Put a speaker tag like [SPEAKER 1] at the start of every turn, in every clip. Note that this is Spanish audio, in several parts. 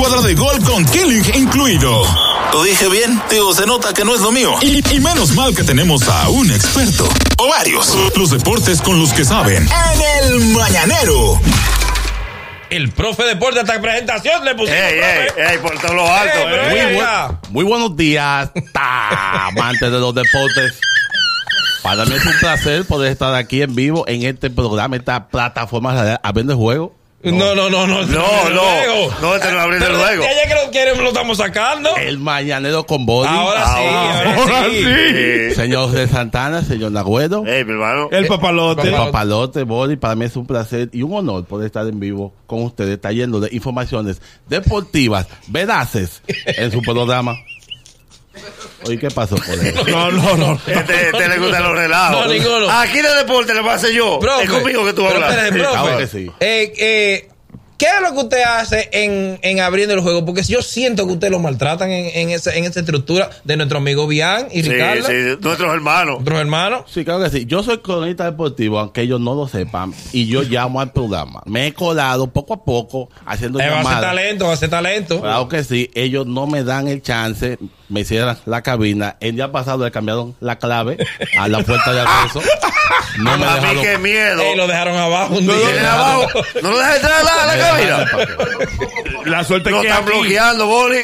[SPEAKER 1] cuadra de gol con Killing incluido.
[SPEAKER 2] Lo dije bien, digo, se nota que no es lo mío.
[SPEAKER 1] Y, y menos mal que tenemos a un experto.
[SPEAKER 2] O varios.
[SPEAKER 1] Los deportes con los que saben.
[SPEAKER 2] En el mañanero.
[SPEAKER 3] El profe deporte esta presentación le pusimos.
[SPEAKER 4] Ey, ey,
[SPEAKER 3] profe.
[SPEAKER 4] ey, por todos los altos. eh.
[SPEAKER 3] Ey,
[SPEAKER 4] Muy
[SPEAKER 3] ey,
[SPEAKER 4] bu-
[SPEAKER 3] ya.
[SPEAKER 5] Muy buenos días, ta, amantes de los deportes. Para mí es un placer poder estar aquí en vivo en este programa, esta plataforma radial, abriendo el juego.
[SPEAKER 3] No, no, no, no.
[SPEAKER 4] No, no. No, este no Eh, abriendo el
[SPEAKER 3] Pero
[SPEAKER 4] juego.
[SPEAKER 3] de ayer que lo, que lo estamos sacando.
[SPEAKER 5] El mañanero con body.
[SPEAKER 3] Ahora sí, ahora,
[SPEAKER 4] Ahora
[SPEAKER 3] sí.
[SPEAKER 4] sí. Eh,
[SPEAKER 5] Señor de Santana, señor Nagüero,
[SPEAKER 4] Ey, mi hermano.
[SPEAKER 6] El papalote.
[SPEAKER 3] Papalote.
[SPEAKER 5] Papalote, Body, para mí es un placer y un honor poder estar en vivo con ustedes trayéndole informaciones deportivas, veraces, en su programa. Oye, ¿qué pasó por eso?
[SPEAKER 6] No, no, no.
[SPEAKER 4] Este, este le gustan los relajos.
[SPEAKER 3] No, ninguno.
[SPEAKER 4] Aquí de deporte le pase yo.
[SPEAKER 3] Profe,
[SPEAKER 4] es conmigo que tú
[SPEAKER 3] pero
[SPEAKER 4] hablas.
[SPEAKER 3] espérate,
[SPEAKER 5] Claro
[SPEAKER 3] profe.
[SPEAKER 5] que sí.
[SPEAKER 3] Eh, eh, ¿Qué es lo que usted hace en, en abriendo el juego? Porque yo siento que ustedes lo maltratan en, en, esa, en esa estructura de nuestro amigo Bian y
[SPEAKER 4] Sí,
[SPEAKER 3] Ricardo,
[SPEAKER 4] sí, nuestros hermanos.
[SPEAKER 3] otros hermanos.
[SPEAKER 5] Sí, claro que sí. Yo soy cronista deportivo, aunque ellos no lo sepan, y yo llamo al programa. Me he colado poco a poco haciendo
[SPEAKER 3] Eh, va a ser
[SPEAKER 5] llamadas.
[SPEAKER 3] talento, va a ser talento.
[SPEAKER 5] Claro que sí, ellos no me dan el chance, me cierran la cabina. El día pasado le cambiaron la clave a la puerta de acceso. No me
[SPEAKER 4] a mí
[SPEAKER 5] dejaron.
[SPEAKER 4] qué miedo.
[SPEAKER 3] Eh, lo dejaron abajo un
[SPEAKER 4] Lo
[SPEAKER 3] día.
[SPEAKER 4] tienen abajo. No lo dejan entrar a la, a la
[SPEAKER 5] Me
[SPEAKER 4] cabina.
[SPEAKER 5] dejaron el paquete.
[SPEAKER 6] La suerte
[SPEAKER 4] Lo
[SPEAKER 6] que
[SPEAKER 4] están
[SPEAKER 6] aquí-
[SPEAKER 4] bloqueando, Boli.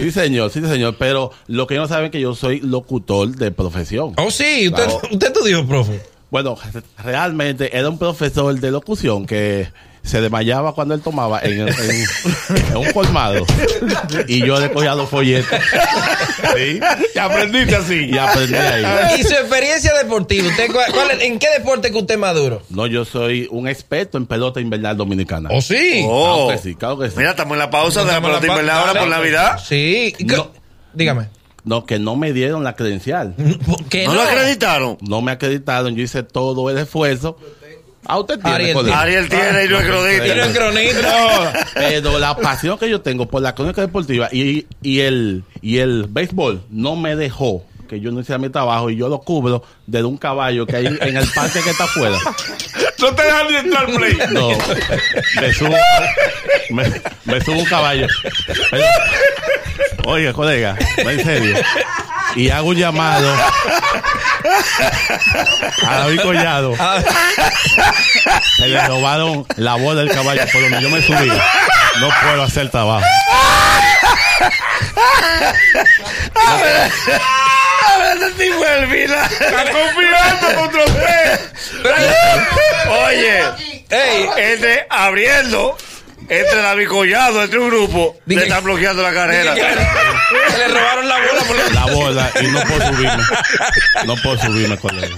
[SPEAKER 5] Sí, señor, sí, señor. Pero lo que ellos no saben es que yo soy locutor de profesión.
[SPEAKER 3] Oh, sí, usted,
[SPEAKER 5] Claro.
[SPEAKER 3] usted estudió, profe.
[SPEAKER 5] Bueno, re- realmente era un profesor de locución que se desmayaba cuando él tomaba en, en- en un colmado. Y yo le cogía los folletos. Sí,
[SPEAKER 6] Te aprendiste así.
[SPEAKER 5] Y aprendí ahí.
[SPEAKER 3] ¿Y su experiencia deportiva? ¿Usted, cuál- cuál es- ¿En qué deporte que usted es maduro?
[SPEAKER 5] No, yo soy un experto en pelota invernal dominicana.
[SPEAKER 3] ¿Oh, sí?
[SPEAKER 4] Oh.
[SPEAKER 5] Claro que sí, claro que sí.
[SPEAKER 4] Mira, estamos en la pausa de la
[SPEAKER 3] Estamos en
[SPEAKER 4] pelota
[SPEAKER 3] la
[SPEAKER 4] invernal
[SPEAKER 3] pa-
[SPEAKER 4] ahora por
[SPEAKER 3] Dale.
[SPEAKER 4] Navidad.
[SPEAKER 3] Sí. ¿Y qué-
[SPEAKER 5] No.
[SPEAKER 3] Dígame.
[SPEAKER 5] No, que no me dieron la credencial.
[SPEAKER 3] ¿Por qué
[SPEAKER 4] No lo acreditaron.
[SPEAKER 5] No me acreditaron, yo hice todo el esfuerzo. Ah, usted tiene
[SPEAKER 3] Ariel
[SPEAKER 5] colega.
[SPEAKER 4] Ariel tiene y no es
[SPEAKER 3] Y no es
[SPEAKER 4] cronista.
[SPEAKER 3] cronista.
[SPEAKER 5] Pero la pasión que yo tengo por la crónica deportiva y, y el, y el béisbol no me dejó que yo no hiciera mi trabajo y yo lo cubro desde un caballo que hay en el parque que está afuera.
[SPEAKER 6] No te dejan ni entrar play.
[SPEAKER 5] No, me subo, me, me subo un caballo. Oiga, colega, va en serio. Y hago un llamado a David Collado. Se le robaron la bola del caballo por donde yo me subí. No puedo hacer trabajo.
[SPEAKER 4] A ver, este tipo es el final.
[SPEAKER 6] Está confiando contra usted.
[SPEAKER 4] Oye,
[SPEAKER 3] Ey,
[SPEAKER 4] este abriendo. Entre David Collado, entre un grupo,
[SPEAKER 3] Dije-
[SPEAKER 4] le están bloqueando la carrera.
[SPEAKER 3] se le robaron la bola por la-
[SPEAKER 5] La bola y no puedo subirme. No puedo subirme, colega.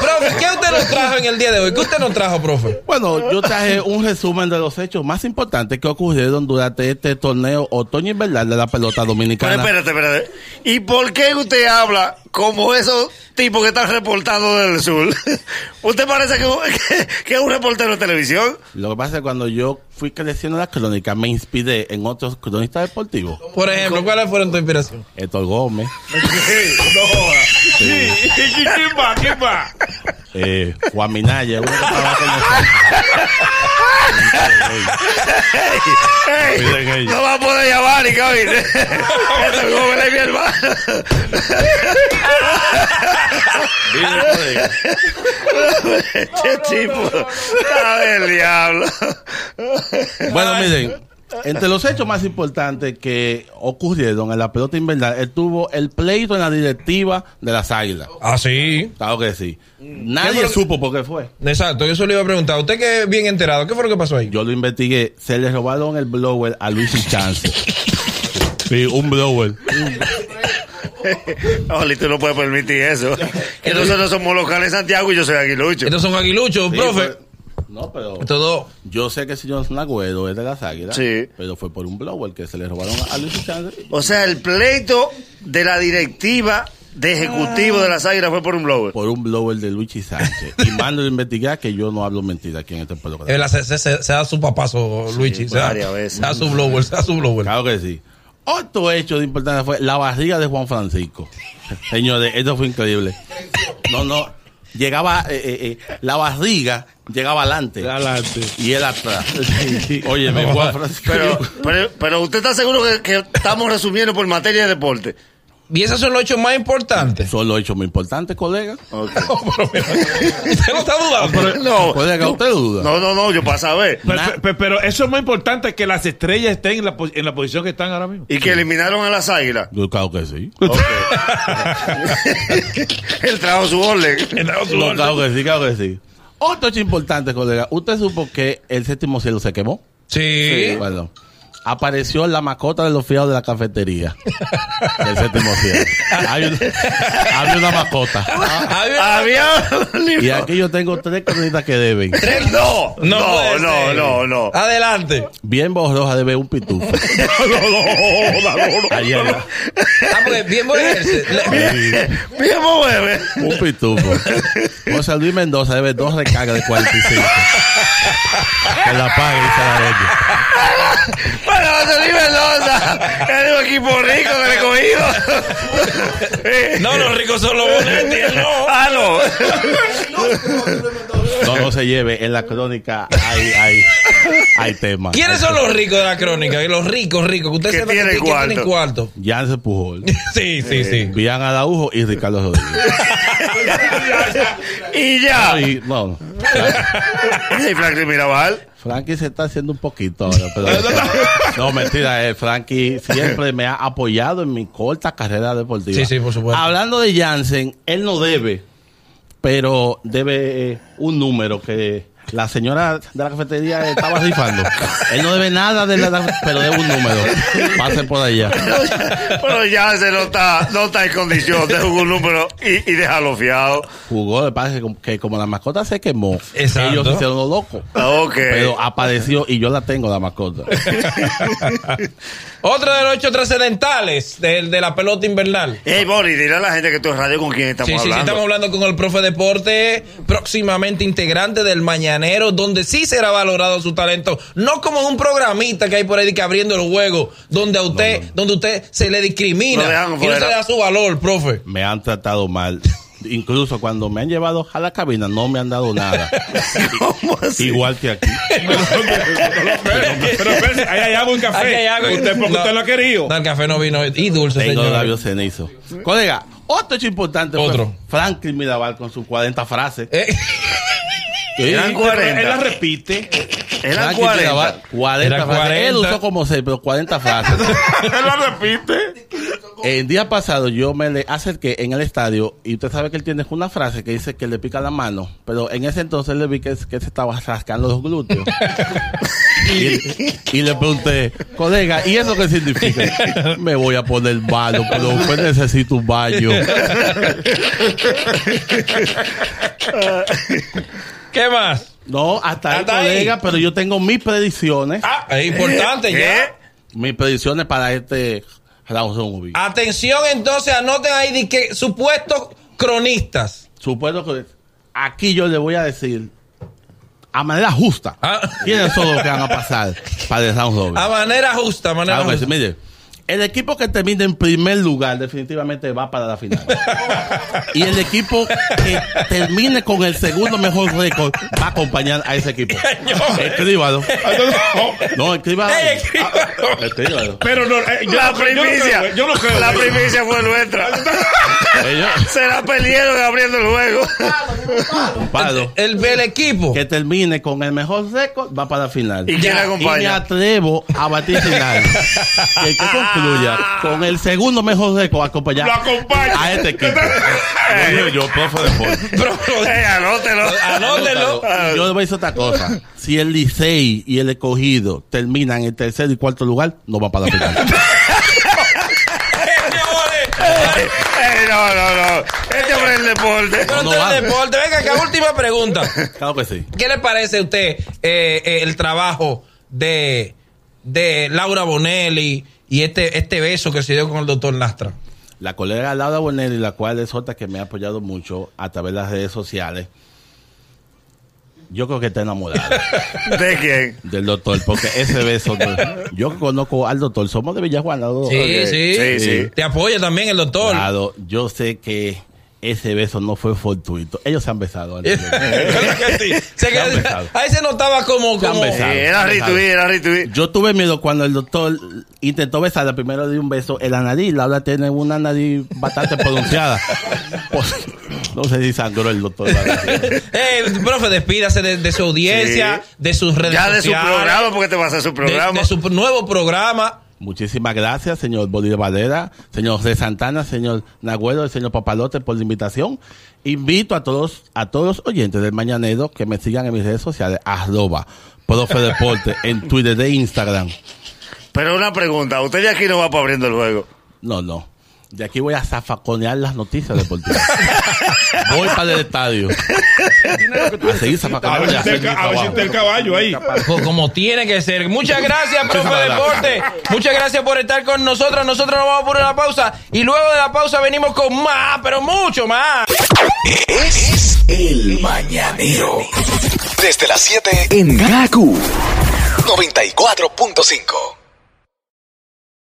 [SPEAKER 3] Profe, ¿qué usted nos trajo en el día de hoy? ¿Qué usted nos trajo, profe?
[SPEAKER 5] Bueno, yo traje un resumen de los hechos más importantes que ocurrieron durante este torneo otoño invernal de la pelota
[SPEAKER 4] Pero
[SPEAKER 5] dominicana.
[SPEAKER 4] espérate, espérate. ¿Y por qué usted habla como esos tipos que están reportando del sur? ¿Usted parece que, que- que es un reportero de televisión?
[SPEAKER 5] Lo que pasa es que cuando yo fui creciendo en la crónica, me inspiré en otros cronistas deportivos.
[SPEAKER 3] Por ejemplo, ¿cuáles fueron tus inspiraciones?
[SPEAKER 5] Héctor Gómez,
[SPEAKER 6] No jodas. Sí. ¿Y ¿Quién va? ¿Quién va?
[SPEAKER 5] eh, Juan Minaya, uno que estaba con nosotros.
[SPEAKER 4] ¡Ey!
[SPEAKER 5] Miren ellos.
[SPEAKER 4] No va a poder llamar, y ¿viste? Esto es como mi hermano. Che tipo. Está del diablo.
[SPEAKER 3] Ah,
[SPEAKER 5] Bueno, miren, entre los hechos más importantes que ocurrieron en la pelota invernal, estuvo el pleito en la directiva de las Águilas.
[SPEAKER 3] Ah, sí.
[SPEAKER 5] Claro que sí.
[SPEAKER 3] ¿Qué fue
[SPEAKER 5] Nadie
[SPEAKER 3] lo que-
[SPEAKER 5] supo por qué fue.
[SPEAKER 3] Exacto, yo eso le iba a preguntar. ¿Usted que es bien enterado? ¿Qué fue lo que pasó ahí?
[SPEAKER 5] Yo lo investigué. Se le robaron el blower a Luis y Chance. Sí, un blower.
[SPEAKER 4] Oli, tú no puedes permitir eso. Que nosotros somos locales en Santiago y yo soy aguilucho.
[SPEAKER 3] Estos son aguiluchos,
[SPEAKER 4] pues.
[SPEAKER 3] profe.
[SPEAKER 5] No, pero
[SPEAKER 3] Estos dos.
[SPEAKER 5] yo sé que el señor Nagüero es de las águilas.
[SPEAKER 4] Sí.
[SPEAKER 5] Pero fue por un blower que se le robaron a Luis y Chance.
[SPEAKER 4] O sea, el pleito de la directiva de ejecutivo de las águilas fue por un blower.
[SPEAKER 5] Por un blower de Luis y Sánchez. Y mando a investigar que yo no hablo mentira aquí en este programa.
[SPEAKER 3] Él hace- se, se- se da su papazo, Luigi. Se da,
[SPEAKER 4] varias veces.
[SPEAKER 3] se da su blower, se da su blower.
[SPEAKER 5] Claro que sí. Otro hecho de importante fue la barriga de Juan Francisco. Señores, esto fue increíble. No, no. Llegaba eh, eh, eh, la barriga llegaba adelante
[SPEAKER 3] Adelante.
[SPEAKER 5] y él atrás.
[SPEAKER 6] Oye, me
[SPEAKER 5] Juan
[SPEAKER 6] voy a-
[SPEAKER 5] Francisco.
[SPEAKER 4] Pero, pero, pero usted está seguro que, que estamos resumiendo por materia de deporte.
[SPEAKER 3] Y esos son los hechos más importantes.
[SPEAKER 5] Solo hecho muy importante, colega.
[SPEAKER 3] Usted no está dudando.
[SPEAKER 4] No,
[SPEAKER 5] Colega, usted duda.
[SPEAKER 4] no, no, no, yo para saber.
[SPEAKER 6] Pe-
[SPEAKER 5] Na-
[SPEAKER 6] pe- pe- Pero eso es más importante que las estrellas estén en la, po- en la posición que están ahora mismo.
[SPEAKER 4] Y que eliminaron a las águilas.
[SPEAKER 5] Yo, claro que sí.
[SPEAKER 4] Él trajo su orden.
[SPEAKER 5] No, claro que sí, claro que sí. Otro hecho importante, colega. ¿Usted supo que el séptimo cielo se quemó?
[SPEAKER 3] Sí.
[SPEAKER 5] Bueno, apareció la mascota de los fiados de la cafetería. el séptimo cielo. Hay un- había una mascota.
[SPEAKER 3] A ver,
[SPEAKER 4] Había
[SPEAKER 5] Y aquí yo tengo tres cositas que deben.
[SPEAKER 4] No,
[SPEAKER 3] no
[SPEAKER 4] no,
[SPEAKER 3] puede
[SPEAKER 4] no,
[SPEAKER 3] ser.
[SPEAKER 4] no, no.
[SPEAKER 3] Adelante.
[SPEAKER 5] Bien borrosa debe un pitufo. Ahí había
[SPEAKER 3] Ah, porque bien volverse.
[SPEAKER 4] Bien, eh. mueve.
[SPEAKER 5] un pitufo. José Luis Mendoza debe dos recargas de 45. Que la pague y se la deje.
[SPEAKER 4] Para José Luis Mendoza. Es un equipo rico que le cogido. Eh,
[SPEAKER 3] No, los ricos son los boletos. él No.
[SPEAKER 4] Ah, no.
[SPEAKER 5] No, no se lleve. En la crónica hay, hay, hay temas.
[SPEAKER 3] ¿Quiénes son los ricos de la crónica? Los ricos, ricos. Que ustedes
[SPEAKER 4] Que
[SPEAKER 3] sepan
[SPEAKER 4] tienen
[SPEAKER 3] que tienen cuarto.
[SPEAKER 5] Jansen Pujol,
[SPEAKER 3] Sí, sí, sí.
[SPEAKER 5] Bian Araujo y Ricardo Rodríguez.
[SPEAKER 4] Y
[SPEAKER 3] Ah.
[SPEAKER 4] ya.
[SPEAKER 5] Y, no, no.
[SPEAKER 4] Y Franklin Mirabal.
[SPEAKER 5] Frankie se está haciendo un poquito ahora, pero no mentira, eh, Frankie siempre me ha apoyado en mi corta carrera deportiva.
[SPEAKER 3] Sí, sí, por supuesto.
[SPEAKER 5] Hablando de Jansen, él no debe, pero debe eh, un número que la señora de la cafetería estaba rifando. él no debe nada de la, pero debe un número. Pasen por allá.
[SPEAKER 4] Pero ya se no está, no está en condición de jugar un número y, y dejarlo fiado.
[SPEAKER 5] Jugó, me parece que como- que como la mascota se quemó,
[SPEAKER 3] Exacto.
[SPEAKER 5] ellos se hicieron los locos.
[SPEAKER 4] Ah, Ok.
[SPEAKER 5] Pero apareció y yo la tengo la mascota.
[SPEAKER 3] Otro de los hechos trascendentales del de la pelota invernal.
[SPEAKER 4] Ey, Boris, dile a la gente que tú es radio con quién estamos
[SPEAKER 3] Sí, sí, sí,
[SPEAKER 4] hablando.
[SPEAKER 3] estamos hablando con el profe deporte, próximamente integrante del Mañanero, donde sí será valorado su talento, no como un programita que hay por ahí de que abriendo el juego, donde a usted, donde usted se le discrimina
[SPEAKER 4] Lo dejan
[SPEAKER 3] y no
[SPEAKER 4] fuera.
[SPEAKER 3] se le da su valor, profe.
[SPEAKER 5] me han tratado mal. Incluso cuando me han llevado a la cabina no me han dado nada.
[SPEAKER 4] ¿Cómo así?
[SPEAKER 5] Igual que aquí.
[SPEAKER 6] Pero espérese, ahí hay agua y café.
[SPEAKER 3] Aquí hay agua y-
[SPEAKER 6] Usted, porque
[SPEAKER 3] No.
[SPEAKER 6] usted lo ha querido.
[SPEAKER 3] No, el café no vino y dulce,
[SPEAKER 5] Tengo
[SPEAKER 3] señor.
[SPEAKER 5] labios cenizos. Colega, otro hecho importante. fue
[SPEAKER 3] Otro.
[SPEAKER 5] Franklin Mirabal con sus 40 frases.
[SPEAKER 3] Eh,
[SPEAKER 5] Sí,
[SPEAKER 4] Eran
[SPEAKER 6] Pero Él
[SPEAKER 4] 40.
[SPEAKER 6] la repite.
[SPEAKER 4] Eran
[SPEAKER 5] Franklin Mirabal,
[SPEAKER 4] 40.
[SPEAKER 5] 40
[SPEAKER 3] Era
[SPEAKER 5] frases.
[SPEAKER 3] 40.
[SPEAKER 5] Él usó como 6, pero 40 frases.
[SPEAKER 6] Él la repite.
[SPEAKER 5] el día pasado yo me le acerqué en el estadio y usted sabe que él tiene una frase que dice que le pica la mano. Pero en ese entonces le vi que, que se estaba rascando los glúteos. Y, y le pregunté, colega, ¿y eso qué significa? Me voy a poner malo, pero pues necesito un baño.
[SPEAKER 3] ¿Qué más?
[SPEAKER 5] No, hasta,
[SPEAKER 3] Hasta
[SPEAKER 5] ahí,
[SPEAKER 3] ahí.
[SPEAKER 5] colega, pero yo tengo mis predicciones.
[SPEAKER 3] Ah, es importante ya.
[SPEAKER 4] ¿Qué?
[SPEAKER 5] Mis predicciones para este Raúl Zombie.
[SPEAKER 3] Atención entonces, anoten ahí de que supuestos cronistas.
[SPEAKER 5] Supuesto que aquí yo le voy a decir a manera justa
[SPEAKER 3] Ah.
[SPEAKER 5] quiénes son los que van a pasar para el Round
[SPEAKER 4] Pues.
[SPEAKER 5] Robin.
[SPEAKER 3] A manera justa, a manera
[SPEAKER 4] Ah,
[SPEAKER 5] Claro que sí,
[SPEAKER 3] justa.
[SPEAKER 5] mire, el equipo que termine en primer lugar definitivamente va para la final. y el equipo que termine con el segundo mejor récord va a acompañar a ese equipo. Escríbalo.
[SPEAKER 6] Ah,
[SPEAKER 5] No, escríbalo.
[SPEAKER 4] Ah,
[SPEAKER 3] Ey, escríbalo.
[SPEAKER 5] Escríbalo.
[SPEAKER 6] Pero no, eh, yo-
[SPEAKER 4] La
[SPEAKER 6] yo no creo,
[SPEAKER 4] primicia.
[SPEAKER 6] güey, Yo no creo.
[SPEAKER 4] La
[SPEAKER 6] güey.
[SPEAKER 4] primicia fue nuestra.
[SPEAKER 5] Ellos,
[SPEAKER 4] Se la perdieron abriendo el juego.
[SPEAKER 5] compadre,
[SPEAKER 3] El, el equipo.
[SPEAKER 5] que termine con el mejor récord va para la final.
[SPEAKER 4] ¿Y quién la acompaña?
[SPEAKER 5] Y me atrevo a vaticinar que el que concluya con el segundo mejor récord acompañar
[SPEAKER 6] Lo acompaña.
[SPEAKER 5] a este equipo. Lo digo yo, profe de deporte.
[SPEAKER 4] Ey, anótelo.
[SPEAKER 3] Anótelo.
[SPEAKER 5] Y Yo le voy a decir otra cosa. Si el Licey y el escogido terminan en tercer y cuarto lugar, no va para la final.
[SPEAKER 3] Señores,
[SPEAKER 4] Ey, no, no, no. Este hombre es el deporte.
[SPEAKER 3] pero esto
[SPEAKER 5] No
[SPEAKER 3] es
[SPEAKER 5] vale.
[SPEAKER 3] deporte. Venga, acá última pregunta.
[SPEAKER 5] Claro que sí.
[SPEAKER 3] ¿Qué le parece a usted eh, eh, el trabajo de, de Laura Bonelli y este, este beso que se dio con el doctor Lastra?
[SPEAKER 5] La colega Laura Bonelli, la cual es otra que me ha apoyado mucho a través de las redes sociales. Yo creo que está enamorada.
[SPEAKER 4] ¿De quién?
[SPEAKER 5] Del doctor, porque ese beso. no- Yo conozco al doctor, somos de Villajuana. los dos.
[SPEAKER 3] Sí, sí,
[SPEAKER 4] sí,
[SPEAKER 5] sí.
[SPEAKER 3] Te apoya también el doctor.
[SPEAKER 5] Claro, yo sé que ese beso no fue fortuito. Ellos se han besado antes.
[SPEAKER 3] ¿Verdad que sí? Se
[SPEAKER 5] Se han
[SPEAKER 3] quedó-
[SPEAKER 5] besado.
[SPEAKER 3] ahí se notaba como.
[SPEAKER 5] Se han
[SPEAKER 3] como
[SPEAKER 5] besado.
[SPEAKER 4] era retweet, era retweet.
[SPEAKER 5] Yo tuve miedo cuando el doctor intentó besarla. Primero de un beso en la nariz. Laura tiene una nariz bastante pronunciada. Pues, no sé si sangró el doctor.
[SPEAKER 3] eh, profe, despídase de, de su audiencia,
[SPEAKER 4] Sí.
[SPEAKER 3] de sus redes
[SPEAKER 4] Ya de su
[SPEAKER 3] sociales,
[SPEAKER 4] programa, porque te vas a su
[SPEAKER 3] de-
[SPEAKER 4] programa.
[SPEAKER 3] de su nuevo programa.
[SPEAKER 5] Muchísimas gracias, señor Bolívar Valera, señor José Santana, señor Nagüero y señor Papalote por la invitación. Invito a todos, a todos los oyentes del Mañanero que me sigan en mis redes sociales, arroba, profe deporte, en Twitter e Instagram.
[SPEAKER 4] Pero una pregunta, usted de aquí no va para abriendo el juego.
[SPEAKER 5] No, no. De aquí voy a zafaconear las noticias deportivas. voy para el estadio. A seguir
[SPEAKER 6] A
[SPEAKER 5] zafaconeando.
[SPEAKER 6] ver si
[SPEAKER 5] y a
[SPEAKER 6] está
[SPEAKER 5] hacer
[SPEAKER 6] el
[SPEAKER 5] mi
[SPEAKER 6] ca- a ver si
[SPEAKER 5] trabajo.
[SPEAKER 6] está el caballo ahí.
[SPEAKER 3] Co- Pues Como tiene que ser. Muchas gracias, profe
[SPEAKER 5] Muchísimas
[SPEAKER 3] Deporte. Muchas gracias por estar con nosotros. Nosotros nos vamos por una pausa. Y luego de la pausa venimos con más, pero mucho más.
[SPEAKER 2] Es el mañanero. Desde las 7 en Gaku 94.5.